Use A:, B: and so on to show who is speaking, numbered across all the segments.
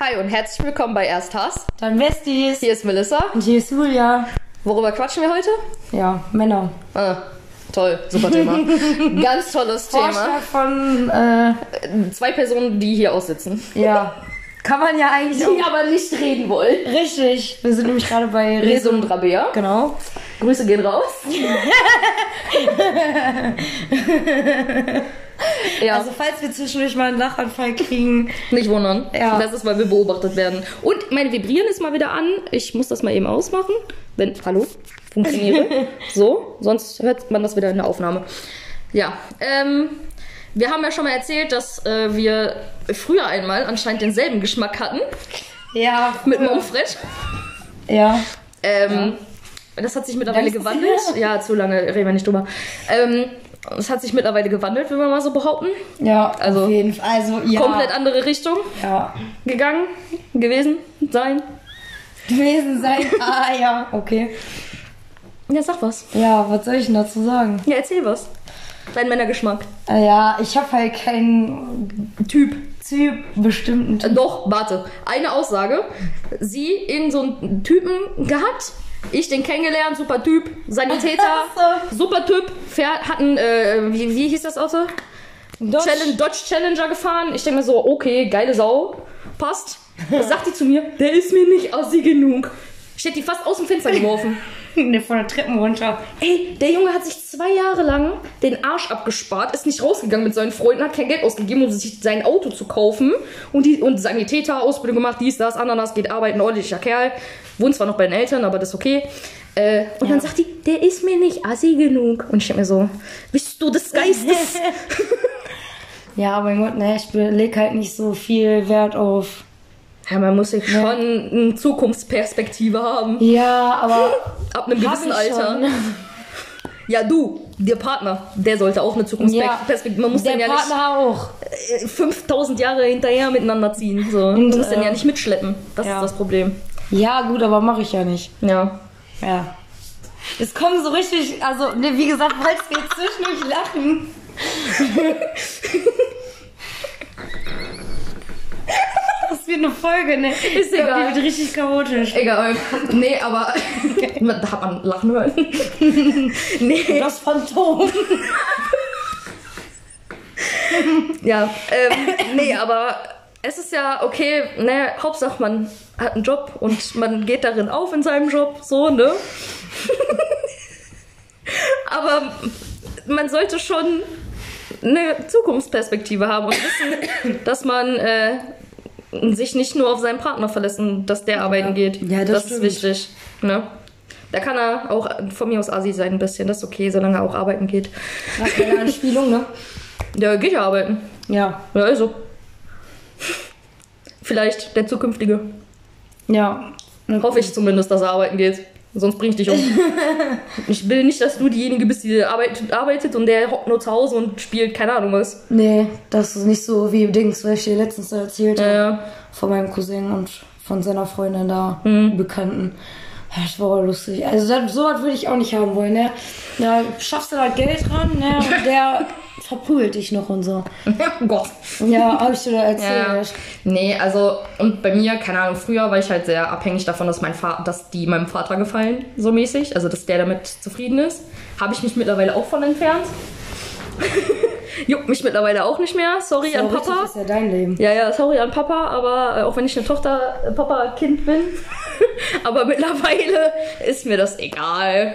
A: Hi und herzlich willkommen bei Erst Hass.
B: Dann Westies.
A: Hier ist Melissa.
B: Und hier ist Julia.
A: Worüber quatschen wir heute?
B: Ja, Männer.
A: Ah, toll, super Thema. Ganz tolles Thema.
B: Vorschlag von, äh,
A: Zwei Personen, die hier aussitzen.
B: ja. Kann man ja eigentlich auch.
A: aber nicht reden wollen.
B: Richtig. Wir sind nämlich gerade bei
A: Resum und Rabea.
B: Genau.
A: Grüße gehen raus. ja,
B: Also, falls wir zwischendurch mal einen Lachanfall kriegen.
A: nicht wundern.
B: Ja.
A: Das ist, weil wir beobachtet werden. Und mein Vibrieren ist mal wieder an. Ich muss das mal eben ausmachen. Wenn, hallo, funktioniere. so, sonst hört man das wieder in der Aufnahme. Ja, ähm, wir haben ja schon mal erzählt, dass äh, wir früher einmal anscheinend denselben Geschmack hatten
B: Ja.
A: mit Momfred.
B: Ja.
A: Ähm, Das hat sich mittlerweile
B: Lang ist es
A: gewandelt. Ja, zu lange reden wir nicht drüber. Ähm, das hat sich mittlerweile gewandelt, wenn wir mal so behaupten.
B: Ja.
A: Also-
B: Auf jeden Fall. Also, ja.
A: Komplett andere Richtung
B: Ja.
A: gegangen, gewesen, sein.
B: Gewesen sein. Ah, ja. Okay.
A: Ja, sag was.
B: Ja, was soll ich denn dazu sagen?
A: Ja, erzähl was. Dein Männergeschmack.
B: Äh, Ja, ich habe halt keinen
A: Typ.
B: Typ bestimmten Typ.
A: Äh, Doch, warte. Eine Aussage. Sie in so einen Typen gehabt. Ich den kennengelernt, super Typ, Sanitäter,
B: Ach so.
A: super Typ, Pferd, hatten, äh, wie, wie hieß das Auto? Äh, Challenge, Dodge Challenger gefahren. Ich denke mir so, okay, geile Sau, passt. Was sagt die zu mir? Der ist mir nicht assi genug. Ich hätte die fast aus dem Fenster geworfen.
B: Ne, von der Treppen runter.
A: Ey, der Junge hat sich zwei Jahre lang den Arsch abgespart, ist nicht rausgegangen mit seinen Freunden, hat kein Geld ausgegeben, um sich sein Auto zu kaufen. Und, die, und Sanitäter, Ausbildung gemacht, dies, das, Ananas, geht arbeiten, ordentlicher Kerl. Wohnt zwar noch bei den Eltern, aber das ist okay. Äh, und dann sagt die, der ist mir nicht assi genug. Und ich denk mir so, bist du des Geistes?
B: Ja, mein Gott, ne, ich lege halt nicht so viel Wert auf.
A: ja, man muss sich schon eine Zukunftsperspektive haben.
B: Ja, aber.
A: Ab einem
B: hab
A: gewissen
B: ich
A: Alter.
B: schon.
A: Ja, du, der Partner, der sollte auch eine Zukunftsperspektive. Man muss
B: der
A: dann ja nicht.
B: Partner auch.
A: 5000 äh, Jahre hinterher miteinander ziehen. So.
B: Und,
A: du musst den
B: äh,
A: ja nicht mitschleppen. Das
B: ja.
A: ist das Problem.
B: Ja, gut, aber mache ich ja nicht.
A: Ja.
B: Ja. Es kommen so richtig. Also, ne, wie gesagt, wolltest du jetzt zwischendurch lachen? das wird eine Folge, ne?
A: Ist egal.
B: Die wird richtig chaotisch.
A: Egal. Nee, aber da hat man lachen hören. nee.
B: Das Phantom.
A: Ja. Ähm, nee, aber es ist ja okay, ne, Hauptsache man hat einen Job und man geht darin auf in seinem Job, so, ne? aber man sollte schon eine Zukunftsperspektive haben und wissen, dass man äh, sich nicht nur auf seinen Partner verlässt und dass der arbeiten geht.
B: Ja, das
A: das ist
B: stimmt.
A: wichtig. Ne? Da kann er auch von mir aus Asi sein ein bisschen, das ist okay, solange er auch arbeiten geht.
B: Nach der Anspielung, ne?
A: Der geht ja arbeiten.
B: Ja.
A: Ja, also. Vielleicht der zukünftige.
B: Ja.
A: Hoffe ich zumindest, dass er arbeiten geht. Sonst bring ich dich um. ich will nicht, dass du diejenige bist, die arbeitet, arbeitet und der hockt nur zu Hause und spielt keine Ahnung was.
B: Nee, das ist nicht so wie Dings, was ich dir letztens erzählt habe.
A: Äh,
B: von meinem Cousin und von seiner Freundin da,
A: Mhm.
B: Bekannten. Ja, Das war aber lustig. Also das, sowas würde ich auch nicht haben wollen, ne? Da schaffst du da Geld ran, ne? Und der verprügelt dich noch und so.
A: oh Gott.
B: Ja, habe ich dir da
A: Ja.
B: erzählt.
A: Nee, also, und bei mir, keine Ahnung, früher war ich halt sehr abhängig davon, dass, mein Vater, dass die meinem Vater gefallen, so mäßig. Also, dass der damit zufrieden ist. Habe ich mich mittlerweile auch von entfernt. Juckt mich mittlerweile auch nicht mehr. Sorry
B: Ja,
A: an
B: richtig,
A: Papa.
B: ist ja dein Leben.
A: Ja, ja, sorry an Papa, aber äh, auch wenn ich eine Tochter, äh, Papa, Kind bin. aber mittlerweile ist mir das egal.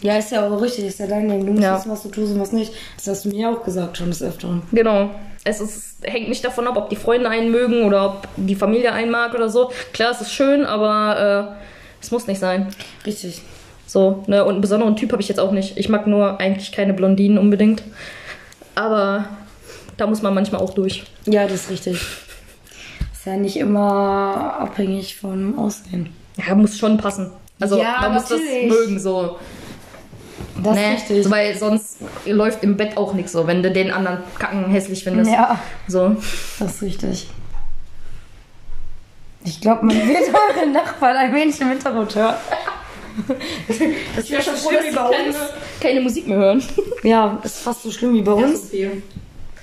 B: Ja, ist ja auch richtig, ist ja dein Leben. Du musst
A: Ja.
B: wissen, was du tust und was nicht. Das hast du mir auch gesagt schon des Öfteren.
A: Genau. Es ist, hängt nicht davon ab, ob die Freunde einen mögen oder ob die Familie einen mag oder so. Klar, es ist schön, aber äh, es muss nicht sein.
B: Richtig.
A: So, ne, und einen besonderen Typ habe ich jetzt auch nicht. Ich mag nur eigentlich keine Blondinen unbedingt. Aber da muss man manchmal auch durch.
B: Ja, das ist richtig. Ist ja nicht immer abhängig vom Aussehen.
A: Ja, muss schon passen. Also
B: Ja,
A: man muss
B: natürlich.
A: das mögen, so.
B: Das
A: Ne?
B: ist richtig.
A: Weil sonst läuft im Bett auch nichts so, wenn du den anderen kacken hässlich findest.
B: Ja.
A: So.
B: Das ist richtig. Ich glaube, man wird euren Nachbarn ein wenig im Hintergrund hören.
A: Das
B: wär schon schlimm wie bei
A: keine,
B: uns.
A: keine Musik mehr hören.
B: Ja, ist fast so schlimm wie bei uns.
A: viel.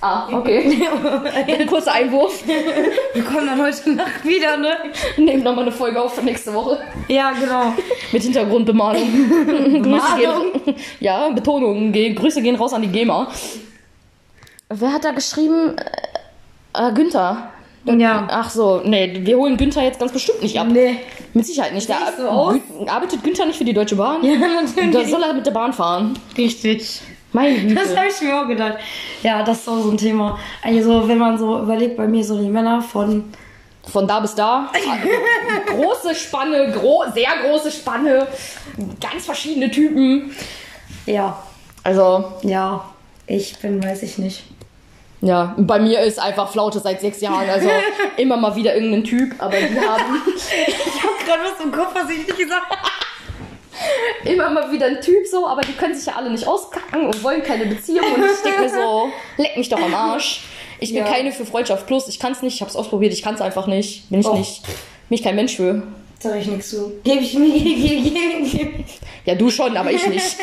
A: Ah, okay. Ein kurzer Einwurf.
B: Wir kommen dann heute Nacht wieder, ne?
A: Nehmen nochmal eine Folge auf für nächste Woche.
B: Ja, genau.
A: Mit Hintergrundbemalung. Grüße gehen, ja, Betonung. Ge- Grüße gehen raus an die GEMA. Wer hat da geschrieben? Äh, äh, Günther.
B: Ja.
A: Ach so, nee, wir holen Günther jetzt ganz bestimmt nicht ab.
B: Nee.
A: Mit Sicherheit nicht. Da
B: Siehst du aus?
A: Gün- arbeitet Günther nicht für die Deutsche Bahn?
B: Ja,
A: Da
B: natürlich.
A: soll er mit der Bahn fahren.
B: Richtig.
A: Meine Güte.
B: Das habe ich mir auch gedacht. Ja, das ist auch so ein Thema. Also, wenn man so überlegt, bei mir so die Männer von.
A: Von da bis da. große Spanne, gro sehr große Spanne. Ganz verschiedene Typen.
B: Ja,
A: Also,
B: ja. Ich bin, weiß ich nicht.
A: ja, bei mir ist einfach Flaute seit sechs Jahren. Also immer mal wieder irgendein Typ, aber die haben
B: Ich habe gerade was im Kopf, was ich nicht gesagt habe.
A: immer mal wieder ein Typ so, aber die können sich ja alle nicht auskacken und wollen keine Beziehung. Und ich denke mir so, leck mich doch am Arsch. Ich bin
B: Ja.
A: keine für Freundschaft plus. Ich kann's nicht. Ich hab's ausprobiert. Ich kann's einfach nicht. Bin ich
B: Oh.
A: nicht. Bin ich kein Mensch für.
B: Sag ich nichts zu. Gebe ich mir, gebe, gebe, gebe.
A: Ja, du schon, aber ich nicht.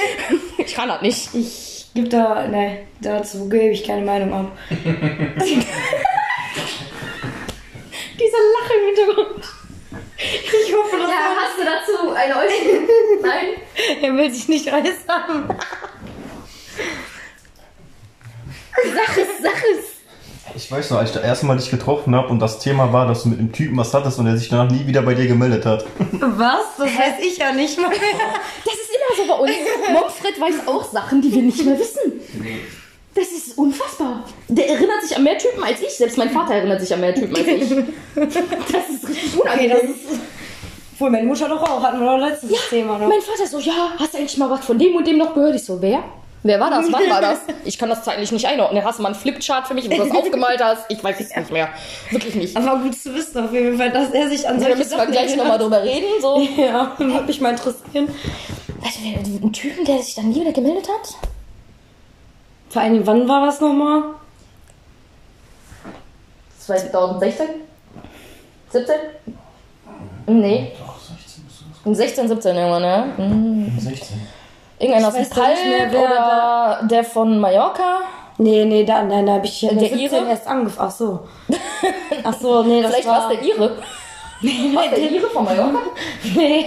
A: ich kann das nicht.
B: Ich gebe da, nein, dazu gebe ich keine Meinung ab.
A: Diese Lache im Hintergrund.
B: Ich hoffe, dass
A: hast du dazu eine Äußerung? Nein?
B: er will sich nicht äußern.
A: Sache ist, Sache ist.
C: Ich weiß noch, als ich das erste Mal dich getroffen habe und das Thema war, dass du mit dem Typen was hattest und er sich danach nie wieder bei dir gemeldet hat.
B: Was? Das weiß ich ja nicht mal.
A: Das ist immer so bei uns. Momfred weiß auch Sachen, die wir nicht mehr wissen. Das ist unfassbar. Der erinnert sich an mehr Typen als ich. Selbst mein Vater erinnert sich an mehr Typen als ich. Das ist richtig
B: Okay,
A: unangenehm.
B: das ist. Obwohl, meine Mutter doch auch, hatten wir doch letztes Thema ne? noch.
A: Mein Vater so, ja, hast du eigentlich mal was von dem und dem noch gehört? Ich so, wer? Wer war das? Wann war das? Ich kann das zeitlich nicht einordnen. Hast du mal einen Flipchart für mich, wo du das aufgemalt hast? Ich weiß es nicht mehr. Wirklich nicht.
B: Aber gut zu wissen auf jeden Fall, dass er sich an
A: Da
B: solche
A: müssen wir gleich
B: erinnert.
A: nochmal drüber reden. So.
B: Ja, würde mich mal interessieren.
A: Also, ein Typen, der sich dann nie wieder gemeldet hat?
B: Vor allem, wann war das nochmal?
A: 2016? 17? Nee.
C: Doch, 16 bist du.
A: 16, 17 irgendwann, ne? Mhm.
C: 16.
A: Irgendeiner aus
B: Ich
A: dem
B: weiß gar nicht mehr,
A: Palm
B: wer
A: oder der von Mallorca.
B: Nee, nee, da, nein, da habe ich ja
A: Der
B: mit 17
A: Ire?
B: erst angefangen. Ach so. Ach so, nee, das
A: Vielleicht war
B: war...
A: es der Ire. Nee, war es der Ire von Mallorca?
B: Nee.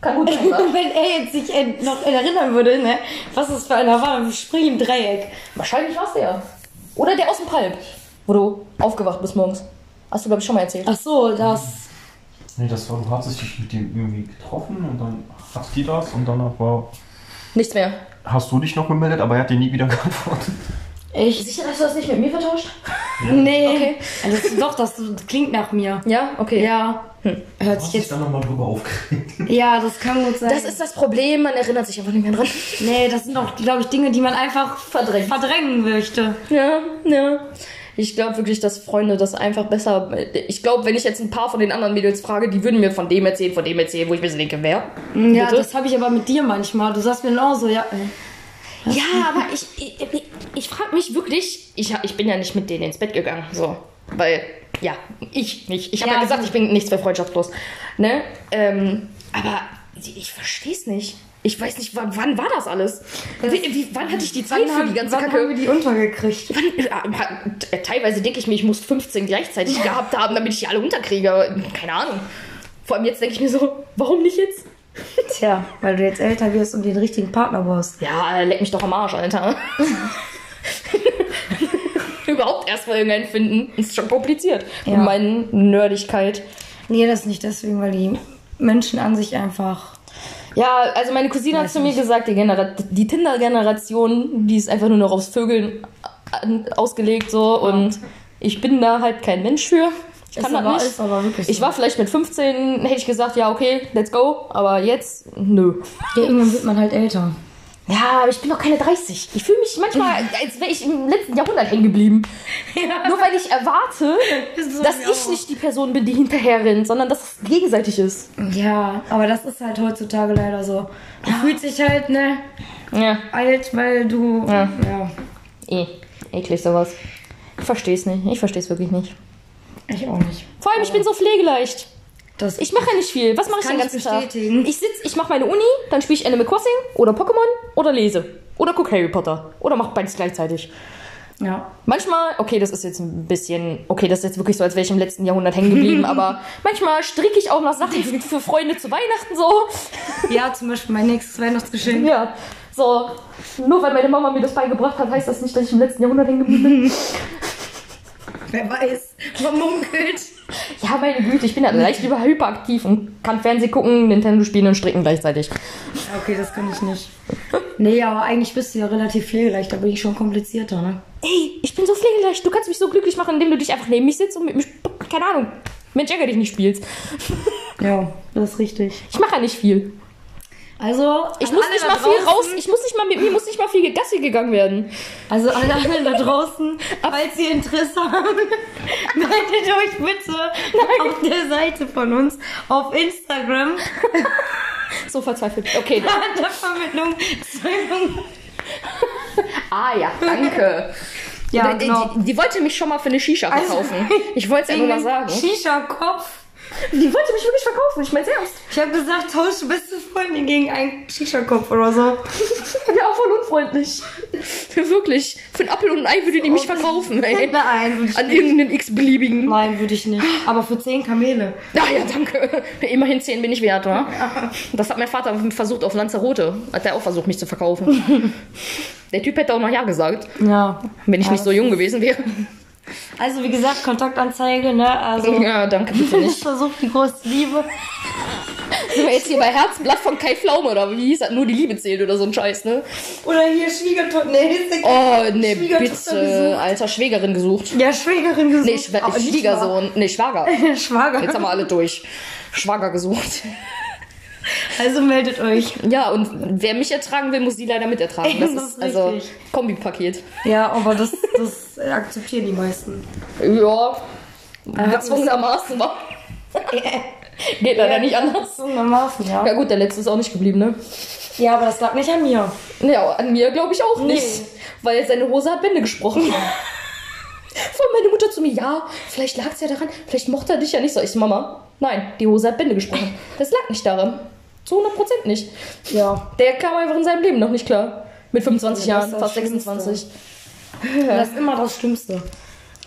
A: Kann gut sein, oder?
B: Wenn er jetzt sich äh, noch erinnern würde, ne, was das für einer war, wir springen im Dreieck.
A: Wahrscheinlich war es der. Oder der aus dem Palm, wo du aufgewacht bist morgens. Hast du, glaube ich, schon mal erzählt.
B: Ach so, das.
C: Nee, das war, du hast dich mit dem irgendwie getroffen und dann hast die das und danach war.
A: Nichts mehr.
C: Hast du dich noch gemeldet, aber er hat dir nie wieder geantwortet.
B: Echt?
A: Sicher, dass du das nicht mit mir vertauscht?
B: Nee. Also,
A: Okay.
B: Das, doch, das klingt nach mir.
A: Ja, okay. Hm.
B: Ja. Hört sich jetzt.
C: dann nochmal drüber aufgeregt.
B: Ja, das kann gut sein.
A: Das ist das Problem, man erinnert sich einfach nicht mehr dran.
B: Nee, das sind auch, glaube ich, Dinge, die man einfach
A: Verdrängt.
B: verdrängen möchte.
A: Ja, ja. Ich glaube wirklich, dass Freunde das einfach besser. Ich glaube, wenn ich jetzt ein paar von den anderen Mädels frage, die würden mir von dem erzählen, von dem erzählen, wo ich mir so denke, wer?
B: Ja,
A: Hm, Bitte?
B: das habe ich aber mit dir manchmal. Du sagst mir dann auch so, ja. äh,
A: Ja, aber ich, ich, ich frage mich wirklich, ich, ich bin ja nicht mit denen ins Bett gegangen, so. Weil, ja, ich nicht. Ich habe ja,
B: Ja,
A: gesagt,
B: du-
A: ich bin nichts für freundschaftslos. Ne? Ähm, aber ich verstehe es nicht. Ich weiß nicht, wann, wann war das alles?
B: Das-
A: Wie, wie, wann hatte ich die Zeit für die ganze
B: wann haben
A: Kacke?
B: wir die untergekriegt?
A: Wann, äh, äh, teilweise denke ich mir, ich muss 15 gleichzeitig gehabt haben, damit ich die alle unterkriege. Keine Ahnung. Vor allem jetzt denke ich mir so, warum nicht jetzt?
B: Tja, weil du jetzt älter wirst und den richtigen Partner brauchst.
A: Ja, leck mich doch am Arsch, Alter. Überhaupt erstmal irgendeinen finden, ist schon kompliziert.
B: Ja.
A: Und meine Nerdigkeit.
B: Nee, das nicht deswegen, weil die Menschen an sich einfach.
A: Ja, also meine Cousine hat zu mir gesagt, die, Genera- die Tinder-Generation, die ist einfach nur noch aufs Vögeln an- ausgelegt so und ich bin da halt kein Mensch für. Ich
B: Ist
A: kann das
B: aber-
A: nicht.
B: ist aber wirklich
A: ich
B: so.
A: war vielleicht mit 15, hätte ich gesagt, ja, okay, let's go, aber jetzt, nö.
B: Ja, irgendwann wird man halt älter.
A: Ja, aber ich bin doch keine 30. Ich fühle mich manchmal, als wäre ich im letzten Jahrhundert hängen geblieben. Nur weil ich erwarte,
B: So
A: dass
B: wie
A: ich
B: auch.
A: nicht die Person bin, die hinterher rennt, sondern dass es gegenseitig ist.
B: Ja, aber das ist halt heutzutage leider so. Du fühlst dich halt, ne,
A: Ja,
B: alt, weil du.
A: Ja.
B: ja.
A: eh, eklig sowas. Ich verstehe es nicht. Ich verstehe es wirklich nicht.
B: Ich auch nicht.
A: Vor allem, ich bin so pflegeleicht.
B: Das
A: Ich mache ja nicht viel. Was mache ich
B: kann
A: den
B: ich
A: ganzen Tag?
B: bestätigen.
A: Ich sitze, ich mache meine Uni, dann spiele ich Animal Crossing oder Pokémon oder lese. Oder guckt Harry Potter. Oder macht beides gleichzeitig.
B: Ja.
A: Manchmal, okay, das ist jetzt ein bisschen, okay, das ist jetzt wirklich so, als wäre ich im letzten Jahrhundert hängen geblieben, aber manchmal stricke ich auch noch Sachen für, für Freunde zu Weihnachten so.
B: Ja, zum Beispiel mein nächstes Weihnachtsgeschenk.
A: Ja, so, nur weil meine Mama mir das beigebracht hat, heißt das nicht, dass ich im letzten Jahrhundert hängen geblieben bin.
B: Wer weiß, man munkelt.
A: Ja, meine Güte, ich bin ja leicht über hyperaktiv und kann Fernsehen gucken, Nintendo spielen und stricken gleichzeitig.
B: Okay, das kann ich nicht. Nee, aber eigentlich bist du ja relativ pflegeleicht, da bin ich schon komplizierter, ne?
A: Ey, ich bin so pflegeleicht, du kannst mich so glücklich machen, indem du dich einfach neben mich sitzt und mit mich, keine Ahnung, Mensch ärger dich nicht spielst.
B: Ja, das ist richtig.
A: Ich mache ja nicht viel.
B: Also,
A: Ich
B: an
A: muss
B: alle
A: nicht
B: da
A: mal viel
B: draußen-
A: raus, ich muss nicht mal mit mir muss nicht mal viel Gassi gegangen werden.
B: Also alle anderen da draußen, falls ihr Interesse haben, meldet euch bitte auf der Seite von uns auf Instagram
A: So verzweifelt. Okay.
B: an der Vermittlung. Zweimal-
A: Ah ja, danke.
B: Ja,
A: die,
B: genau.
A: die, die wollte mich schon mal für eine Shisha verkaufen. ich wollte es ja nur mal sagen.
B: Shisha-Kopf.
A: Die wollte mich wirklich verkaufen, ich mein's ernst.
B: Ich habe gesagt, tausche beste Freundin gegen einen Shisha-Kopf oder so.
A: Ja, auch voll unfreundlich. Wirklich. Für einen Apfel und ein Ei würde die mich verkaufen, ey. Also-
B: Nein, würde ich
A: An irgendeinen x-beliebigen.
B: Nein, würde ich nicht. Aber für 10 Kamele.
A: Ah ja, danke. Immerhin 10 bin ich wert, wa? Das hat mein Vater versucht auf Lanzarote. Hat er auch versucht, mich zu verkaufen. Der Typ hätte auch noch Ja gesagt,
B: Ja.
A: wenn ich nicht so jung gewesen wäre.
B: Also wie gesagt, Kontaktanzeige, ne? Also
A: Ja, danke bitte nicht.
B: ich versuche die große Liebe.
A: Sind wir jetzt hier bei Herzblatt von Kai Pflaume oder wie hieß das? Nur die Liebe zählt oder so ein Scheiß, ne?
B: Oder hier Schwiegertochter. Nee, ist egal.
A: Oh, ne,
B: Schwiegertochter
A: bitte.
B: gesucht.
A: Alter, Schwägerin gesucht.
B: Ja, Schwägerin gesucht.
A: Nee, Schw
B: Aber nicht
A: Schwiegersohn. Nee, Schwager.
B: wahr. Schwager.
A: Jetzt haben wir alle durch. Schwager gesucht.
B: Also meldet euch.
A: Ja, und wer mich ertragen will, muss die leider mit ertragen. Das,
B: Das
A: ist
B: ist
A: also
B: richtig.
A: Kombipaket.
B: Ja, aber das, das akzeptieren die meisten. Ah,
A: Ja, gezwungenermaßen war. Geht leider nicht anders.
B: Zwungenermaßen, ja.
A: Ja gut, der letzte ist auch nicht geblieben, ne?
B: Ja, aber das lag nicht an mir.
A: Ja, an mir glaube ich auch nicht. Weil seine Hose hat Bände gesprochen. Von meine Mutter zu mir, ja, vielleicht lag es ja daran, vielleicht mochte er dich ja nicht. So, ich so, Mama, nein, die Hose hat Bände gesprochen. Das lag nicht daran. Zu 100% nicht.
B: Ja.
A: Der kam einfach in seinem Leben noch nicht klar. Mit 25
B: Ja, das
A: Jahren,
B: ist das
A: fast
B: Schlimmste.
A: 26.
B: Das ist immer das Schlimmste.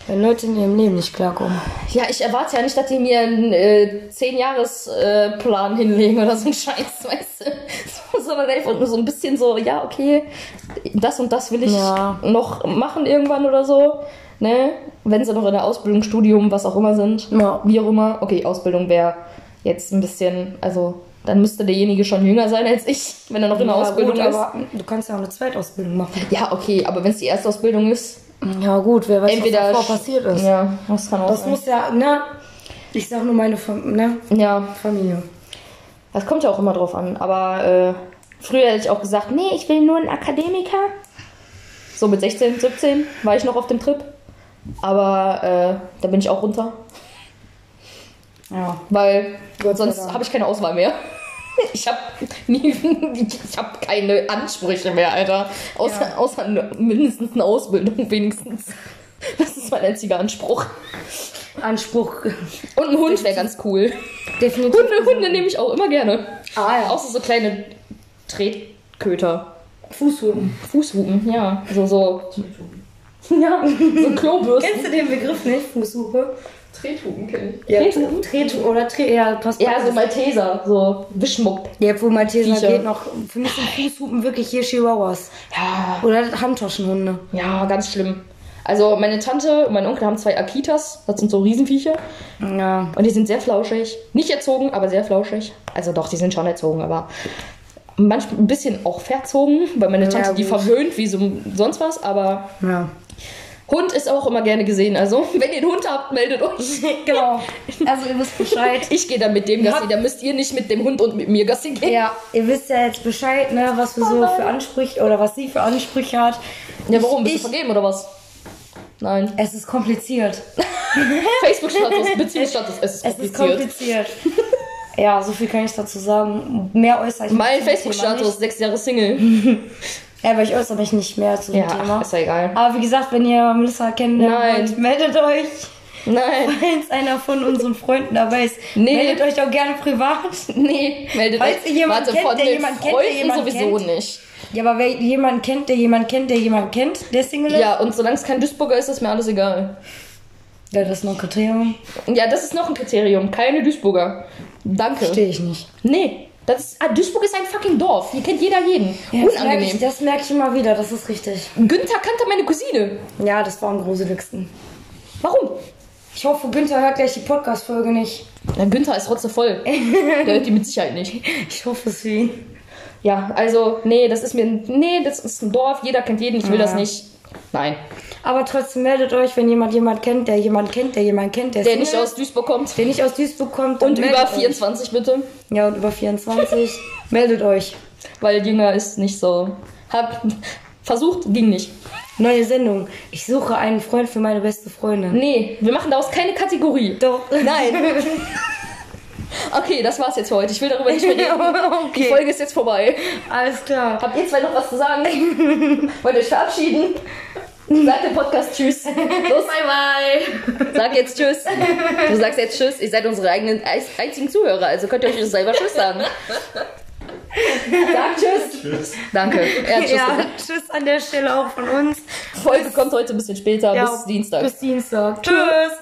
B: Wenn Leute in ihrem Leben nicht klarkommen.
A: Ja, ich erwarte ja nicht, dass die mir einen äh, 10-Jahres-Plan hinlegen oder so ein Scheiß, weißt du? So, sondern einfach nur so ein bisschen so, ja, okay, das und das will ich
B: Ja.
A: noch machen irgendwann oder so. Ne? Wenn sie noch in der Ausbildung, Studium, was auch immer sind.
B: Ja.
A: Wie auch immer. Okay, Ausbildung wäre jetzt ein bisschen, also dann müsste derjenige schon jünger sein als ich, wenn er noch in der
B: Ja,
A: Ausbildung
B: gut,
A: ist.
B: aber du kannst ja auch eine Zweitausbildung machen.
A: Ja, okay, aber wenn es die Erstausbildung ist,
B: Ja, gut, wer weiß,
A: entweder.
B: was davor passiert ist.
A: Ja, das kann auch
B: Das
A: sein.
B: muss ja, ne? Ich sag nur meine Fam ne?
A: ja,
B: Familie.
A: Das kommt ja auch immer drauf an. Aber äh, früher hätte ich auch gesagt, nee, ich will nur einen Akademiker. So mit 16, 17 war ich noch auf dem Trip. Aber äh, da bin ich auch runter.
B: Ja.
A: Weil
B: Gott sei
A: sonst
B: Dank.
A: habe ich keine Auswahl mehr. Ich habe ich hab keine Ansprüche mehr, Alter. Außer,
B: Ja.
A: außer eine, mindestens eine Ausbildung, wenigstens. Das ist mein einziger Anspruch.
B: Anspruch
A: Und ein Hund wäre ganz cool.
B: definitiv.
A: Hunde, Hunde nehme ich auch immer gerne.
B: Ah, ja.
A: Außer so kleine Tretköter.
B: Fußhuben.
A: Fußhupen, ja. So, so. Ja, so Klobürsten.
B: Kennst du den Begriff nicht? Fußhupe?
A: Trethupen kenne ich.
B: Ja,
A: Trethupen?
B: Tretu oder Tre ja, passt
A: Ja, so
B: beides.
A: Malteser, so Wischmuck.
B: Ja, wo Malteser
A: Viecher.
B: geht noch. Für mich sind Fußhupen wirklich hier Chihuahuas.
A: Ja,
B: Oder Handtaschenhunde.
A: ja, ganz schlimm. Also meine Tante und mein Onkel haben zwei Akitas, das sind so Riesenviecher.
B: Ja.
A: Und die sind sehr flauschig. Nicht erzogen, aber sehr flauschig. Also doch, die sind schon erzogen, aber manchmal ein bisschen auch verzogen, weil meine Tante die
B: gut.
A: verwöhnt wie so sonst was, aber
B: Ja.
A: Hund ist auch immer gerne gesehen. Also, wenn ihr einen Hund habt, meldet euch.
B: Genau. Also ihr wisst Bescheid.
A: Ich gehe dann mit dem Gassi, da müsst ihr nicht mit dem Hund und mit mir Gassi gehen.
B: Ja, ihr wisst ja jetzt Bescheid, ne, was wir so für Ansprüche oder was sie für Ansprüche hat.
A: Ja, warum? Bist
B: Ich-
A: du vergeben oder was? Nein.
B: Es ist kompliziert.
A: Facebook-Status, Beziehungsstatus, es ist
B: Äh. Es ist
A: kompliziert.
B: kompliziert. ja, so viel kann ich dazu sagen. Mehr äußere ich
A: mein
B: mich zum Thema
A: Facebook-Status, sechs Jahre Single.
B: nicht. Ja, aber ich äußere mich nicht mehr zu dem
A: Ja,
B: Thema.
A: ach, ist ja egal.
B: Aber wie gesagt, wenn ihr Melissa
A: Nein.
B: kennenlernt, meldet euch.
A: Nein,
B: Falls einer von unseren Freunden dabei ist,
A: Nee.
B: meldet euch auch gerne privat.
A: nee, meldet
B: Falls
A: euch.
B: ihr jemanden
A: Warte,
B: kennt,
A: von
B: der
A: den
B: jemanden kennt, der
A: Freunden
B: jemanden
A: sowieso
B: kennt.
A: nicht.
B: Ja, aber wer jemanden kennt, der jemanden kennt, der jemanden kennt, der Single ist,
A: Ja, und solange es kein Duisburger ist, ist mir alles egal.
B: ja, das ist noch ein Kriterium.
A: Ja, das ist noch ein Kriterium. Keine Duisburger. Danke.
B: Verstehe ich nicht.
A: Nee. Das ist, ah, Duisburg ist ein fucking Dorf. Hier kennt jeder jeden.
B: Ja, das merke ich,
A: Unangenehm.
B: das merke ich immer wieder, das ist richtig.
A: Günther kannte meine Cousine.
B: Ja, das war am gruseligsten.
A: Warum?
B: Ich hoffe, Günther hört gleich die Podcast-Folge nicht.
A: Na, Günther ist rotzevoll. Der hört die mit Sicherheit nicht.
B: Ich hoffe es für ihn.
A: Ja, also, nee, das ist mir. Nee, das ist ein Dorf. Jeder kennt jeden. Ich will das
B: Ja.
A: nicht. Nein.
B: Aber trotzdem meldet euch, wenn jemand jemand kennt, der jemand kennt, der jemand kennt,
A: Der
B: Single
A: nicht
B: ist,
A: aus Duisburg kommt.
B: der nicht aus Duisburg kommt. dann
A: Und über
B: meldet euch.
A: 24 bitte.
B: Ja, und über 24. meldet euch.
A: Weil jünger ist nicht so. Hab versucht, ging nicht.
B: Neue Sendung. Ich suche einen Freund für meine beste Freundin.
A: Nee, wir machen daraus keine Kategorie.
B: Doch.
A: Nein. Okay, das war's jetzt für heute. Ich will darüber nicht mehr reden. Die Folge ist jetzt vorbei.
B: Alles klar.
A: Habt ihr zwei noch was zu sagen? Wollt ihr euch verabschieden? Sagt dem Podcast Tschüss. Los, bye bye. Sag jetzt Tschüss. Du sagst jetzt Tschüss. Ihr seid unsere eigenen einzigen Zuhörer, also könnt ihr euch selber Tschüss sagen. Sag Tschüss.
C: Tschüss.
A: Danke. Er hat Tschüss
B: Ja,
A: gesagt.
B: tschüss an der Stelle auch von uns.
A: Folge kommt heute ein bisschen später, bis Dienstag.
B: Bis Dienstag. Tschüss.